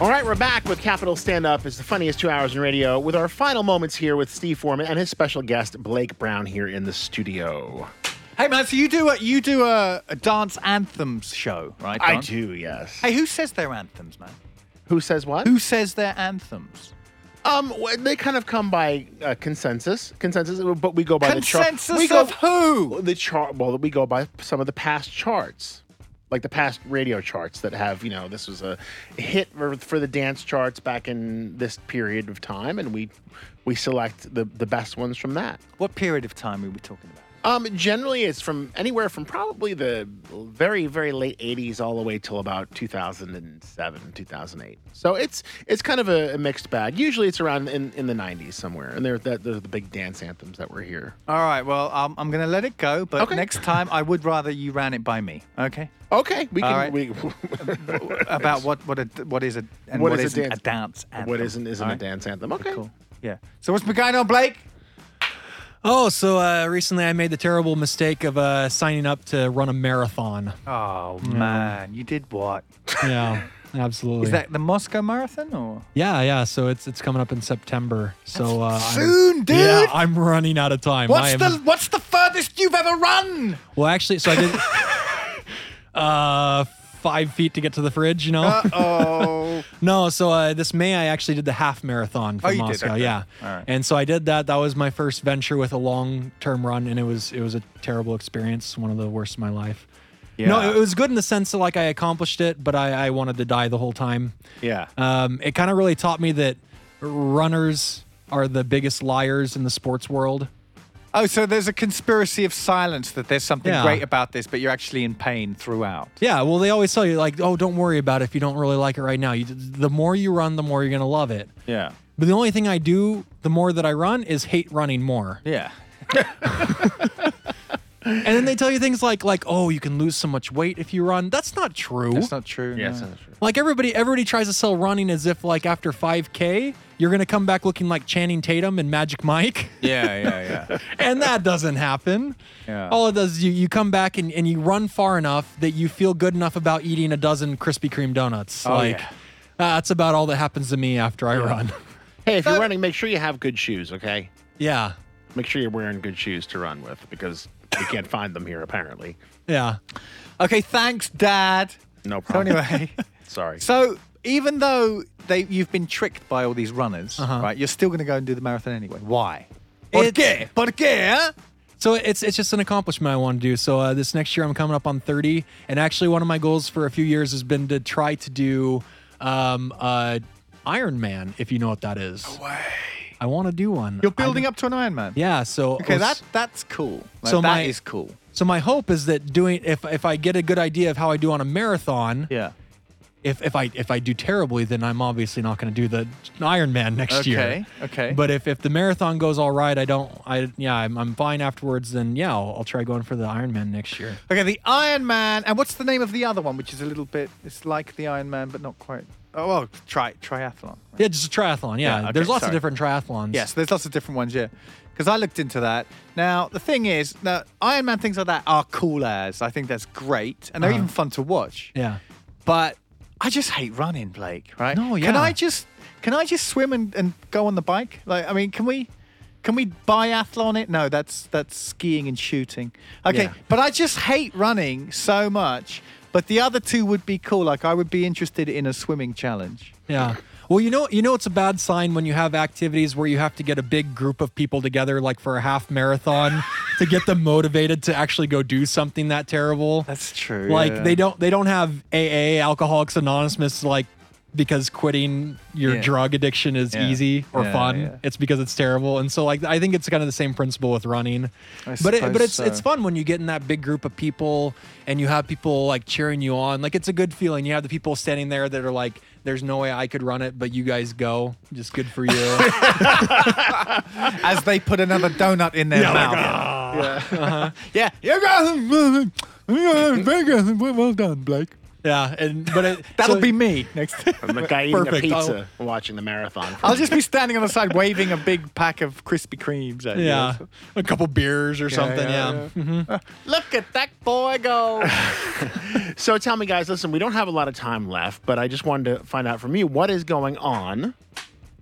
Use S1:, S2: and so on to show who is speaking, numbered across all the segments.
S1: All right, we're back with Capital Stand Up. It's the funniest two hours in radio with our final moments here with Steve Foreman and his special guest, Blake Brown, here in the studio.
S2: Hey man, so you do a you do a, a dance anthems show, right?
S1: I
S2: Don?
S1: do, yes.
S2: Hey, who says their anthems, man?
S1: Who says what?
S2: Who says their anthems?
S1: Um, w- they kind of come by uh, consensus, consensus, but we go by
S2: Consensus
S1: the chart.
S2: of who?
S1: the chart. Well, we go by some of the past charts, like the past radio charts that have, you know, this was a hit for, for the dance charts back in this period of time, and we we select the the best ones from that.
S2: What period of time are we talking about?
S1: Um, generally, it's from anywhere from probably the very, very late '80s all the way till about 2007, 2008. So it's it's kind of a, a mixed bag. Usually, it's around in, in the '90s somewhere, and they're that those are the big dance anthems that were here.
S2: All right, well, um, I'm going to let it go, but
S1: Okay.
S2: next time I would rather you ran it by me, okay?
S1: Okay, we can.
S2: All right.
S1: We,
S2: About what what a, what is a and
S1: What
S2: what
S1: is a
S2: isn't a
S1: dance-
S2: dance anthem?
S1: what isn't isn't
S2: All
S1: a
S2: right,
S1: dance anthem? Okay,
S2: Cool. Yeah. So what's been going on, Blake?
S3: Oh, so uh, recently I made the terrible mistake of uh, signing up to run a marathon.
S2: Oh man, you did what?
S3: Yeah, absolutely.
S2: Is that the Moscow Marathon or?
S3: yeah, yeah. So it's it's coming up in September. So uh, I'm-
S2: soon, dude.
S3: Yeah, I'm running out of time. I
S2: What's
S3: am-
S2: the what's the furthest you've ever run?
S3: Well, actually, so I did uh, five feet to get to the fridge. You know.
S2: Uh, Oh,
S3: No, so uh, this May I actually did the half marathon
S2: Oh,
S3: from
S2: you did,
S3: Moscow.
S2: okay.
S3: Yeah,
S2: All right.
S3: and so I did that. That was my first venture with a long-term run, and it was it was a terrible experience, one of the worst of my life. No,
S2: Yeah.
S3: it, it was good in the sense that like I accomplished it, but I, I wanted to die the whole time.
S2: yeah.
S3: Um, it kind of really taught me that runners are the biggest liars in the sports world.
S2: Oh, so there's a conspiracy of silence that there's something
S3: Yeah.
S2: great about this, but you're actually in pain throughout.
S3: Yeah, well, they always tell you like, oh, don't worry about it if you don't really like it right now. You, the more you run, the more you're gonna love it.
S2: Yeah.
S3: But the only thing I do, the more that I run, is hate running more.
S2: Yeah.
S3: And then they tell you things like like, oh, you can lose so much weight if you run. That's not true.
S2: That's not true.
S1: Yes,
S2: no.
S1: that's true.
S3: like everybody everybody tries to sell running as if like after 5k you're gonna come back looking like Channing Tatum and Magic Mike.
S2: Yeah, yeah, yeah.
S3: and that doesn't happen.
S2: Yeah.
S3: All it does is you, you come back and, and you run far enough that you feel good enough about eating a dozen Krispy Kreme donuts.
S2: Oh,
S3: like
S2: yeah.
S3: that's about all that happens to me after I run.
S1: Hey, if you're running, make sure you have good shoes. Okay,
S3: yeah.
S1: make sure you're wearing good shoes to run with because we can't find them here apparently.
S3: Yeah.
S2: okay, thanks, Dad.
S1: No
S2: So
S1: problem.
S2: anyway,
S1: sorry.
S2: so even though they you've been tricked by all these runners,
S3: Uh-huh.
S2: right? You're still going to go and do the marathon anyway. Why? Por
S3: It's-
S2: qué? Por qué? huh?
S3: So it's it's just an accomplishment I want to do. So uh, this next year I'm coming up on 30, and actually one of my goals for a few years has been to try to do um, uh, Iron Man, if you know what that is. I want to do one.
S2: You're
S3: I-
S2: building up to an Iron Man.
S3: Yeah. So
S2: Okay, that that's cool. Like,
S3: So
S2: that
S3: my-
S2: is cool.
S3: So my hope is that doing if if I get a good idea of how I do on a marathon,
S2: Yeah.
S3: if if I if I do terribly, then I'm obviously not going to do the Iron Man next
S2: Okay,
S3: year.
S2: okay.
S3: But if if the marathon goes all right, I don't. I yeah, I'm, I'm fine afterwards. Then yeah, I'll, I'll try going for the Iron Man next year.
S2: Okay, the Iron Man, and what's the name of the other one, which is a little bit, it's like the Iron Man, but not quite. Oh, well, tri- triathlon.
S3: Yeah, just a triathlon. Yeah,
S2: Yeah, okay,
S3: there's lots
S2: sorry.
S3: of different triathlons.
S2: Yes, there's lots of different ones, yeah. Because I looked into that. Now, the thing is, that Iron Man things like that are cool as. I think that's great, and they're even fun to watch.
S3: Yeah.
S2: But I just hate running, Blake. Right?
S3: No,
S2: Can
S3: yeah.
S2: I just can I just swim and, and go on the bike? Like, I mean, can we can we biathlon it? No, that's that's skiing and shooting. Okay,
S1: Yeah.
S2: but I just hate running so much. But the other two would be cool. Like, I would be interested in a swimming challenge.
S3: Yeah. Well, you know, you know, it's a bad sign when you have activities where you have to get a big group of people together, like for a half marathon, to get them motivated to actually go do something that terrible.
S2: That's true,
S3: Like
S2: yeah.
S3: they don't they don't have AA Alcoholics Anonymous like because quitting your
S2: Yeah.
S3: drug addiction is
S2: Yeah.
S3: easy or
S2: Yeah,
S3: fun.
S2: yeah.
S3: It's because it's terrible. And so like I think it's kind of the same principle with running.
S2: I
S3: but it,
S2: suppose
S3: but it's
S2: so.
S3: it's fun when you get in that big group of people and you have people like cheering you on. Like it's a good feeling. You have the people standing there that are like, "There's no way I could run it, but you guys go. Just good for you."
S2: As they put another donut in their mouth. yeah. yeah.
S3: yeah,
S2: Very good. Well done, Blake.
S3: Yeah, and but it,
S2: That'll
S3: so-
S2: be me next.
S1: I'm the guy eating a
S3: Perfect. I'll-
S1: pizza and watching the marathon.
S2: I'll just be standing on the side waving a big pack of Krispy Kremes. At you.
S3: yeah, a couple beers or something. Yeah, Mm-hmm.
S2: yeah, Look at that boy go.
S1: So tell me, guys, listen, we don't have a lot of time left, but I just wanted to find out from you what is going on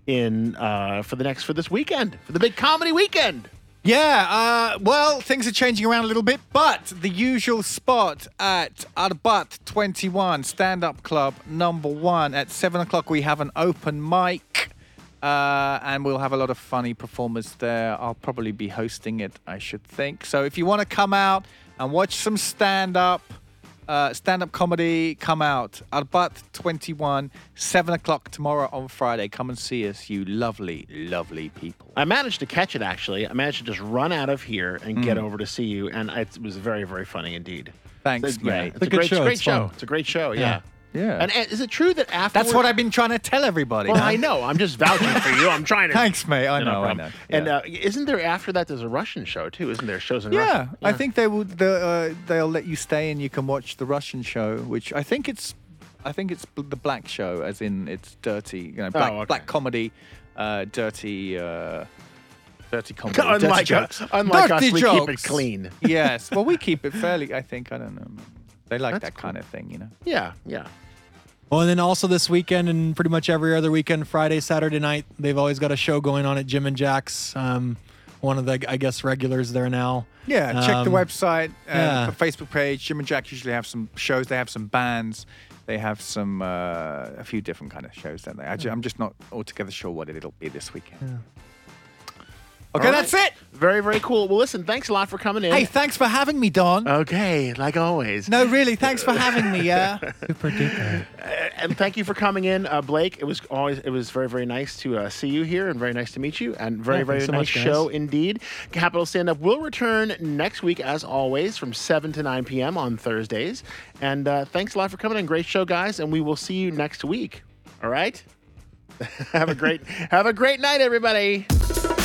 S1: in uh, for the next for this weekend for the big comedy weekend.
S2: Yeah, uh, well, things are changing around a little bit, but the usual spot at Arbat 21 Stand Up Club number one. At 7 o'clock, we have an open mic, uh, and we'll have a lot of funny performers there. I'll probably be hosting it, I should think. So if you want to come out and watch some stand up, uh, stand up comedy, come out. Arbat 21, 7 o'clock tomorrow on Friday. Come and see us, you lovely, lovely people.
S1: I managed to catch it actually. I managed to just run out of here and get over to see you, and it was very very funny indeed.
S2: Thanks,
S1: It's,
S2: mate.
S1: yeah,
S3: It's
S1: it's
S3: a
S1: a
S3: good
S1: great,
S3: show.
S1: It's a great
S3: It's
S1: show.
S3: fun.
S1: It's a great show.
S3: Yeah.
S1: Yeah.
S2: Yeah.
S1: And, and is it true that after
S2: That's what I've been trying to tell everybody.
S1: Well,
S2: man.
S1: I know. I'm just vouching for you. I'm trying to.
S2: Thanks, mate. I
S1: No
S2: know. I
S1: problem.
S2: know.
S1: And
S2: yeah.
S1: uh, isn't there after that? There's a Russian show too, isn't there? Shows in
S2: Yeah,
S1: Russia.
S2: I think they will. The, uh, they'll let you stay and you can watch the Russian show, which I think it's, I think it's bl- the black show, as in it's dirty, you know, black,
S1: Oh, okay.
S2: black comedy, uh, dirty, uh, dirty comedy, dirty
S1: unlike
S2: jokes.
S1: us, unlike us,
S2: Dirty
S1: we keep it
S2: jokes.
S1: clean.
S2: yes. Well, we keep it fairly. I think. I don't know. man. They like
S1: That's
S2: that kind of thing, you know.
S1: Yeah, yeah.
S3: Well, and then also this weekend and pretty much every other weekend, Friday, Saturday night, they've always got a show going on at Jim and Jack's. Um, one of the, I guess, regulars there now.
S2: Yeah, check the
S3: Um,
S2: website, uh,
S3: yeah.
S2: the Facebook page. Jim and Jack usually have some shows. They have some bands. They have some uh, a few different kind of shows, don't they? I ju- I'm just not altogether sure what it'll be this weekend. Okay,
S1: All
S2: that's
S1: right.
S2: it.
S1: Very, very cool. Well, listen, thanks a lot for coming in.
S2: Hey, thanks for having me, Don.
S3: Uh,
S1: okay, like always.
S2: no, really, thanks for having me. Yeah.
S3: Super duper.
S1: And thank you for coming in, uh, Blake. It was always it was very, very nice to uh, see you here and very nice to meet you and very,
S3: Yeah,
S1: very
S3: thanks so
S1: nice
S3: much, guys.
S1: show indeed. Capital Stand Up will return next week as always from 7 to 9 p.m. on Thursdays. And uh, thanks a lot for coming in. Great show, guys, and we will see you next week. All right? have a great have a great night everybody.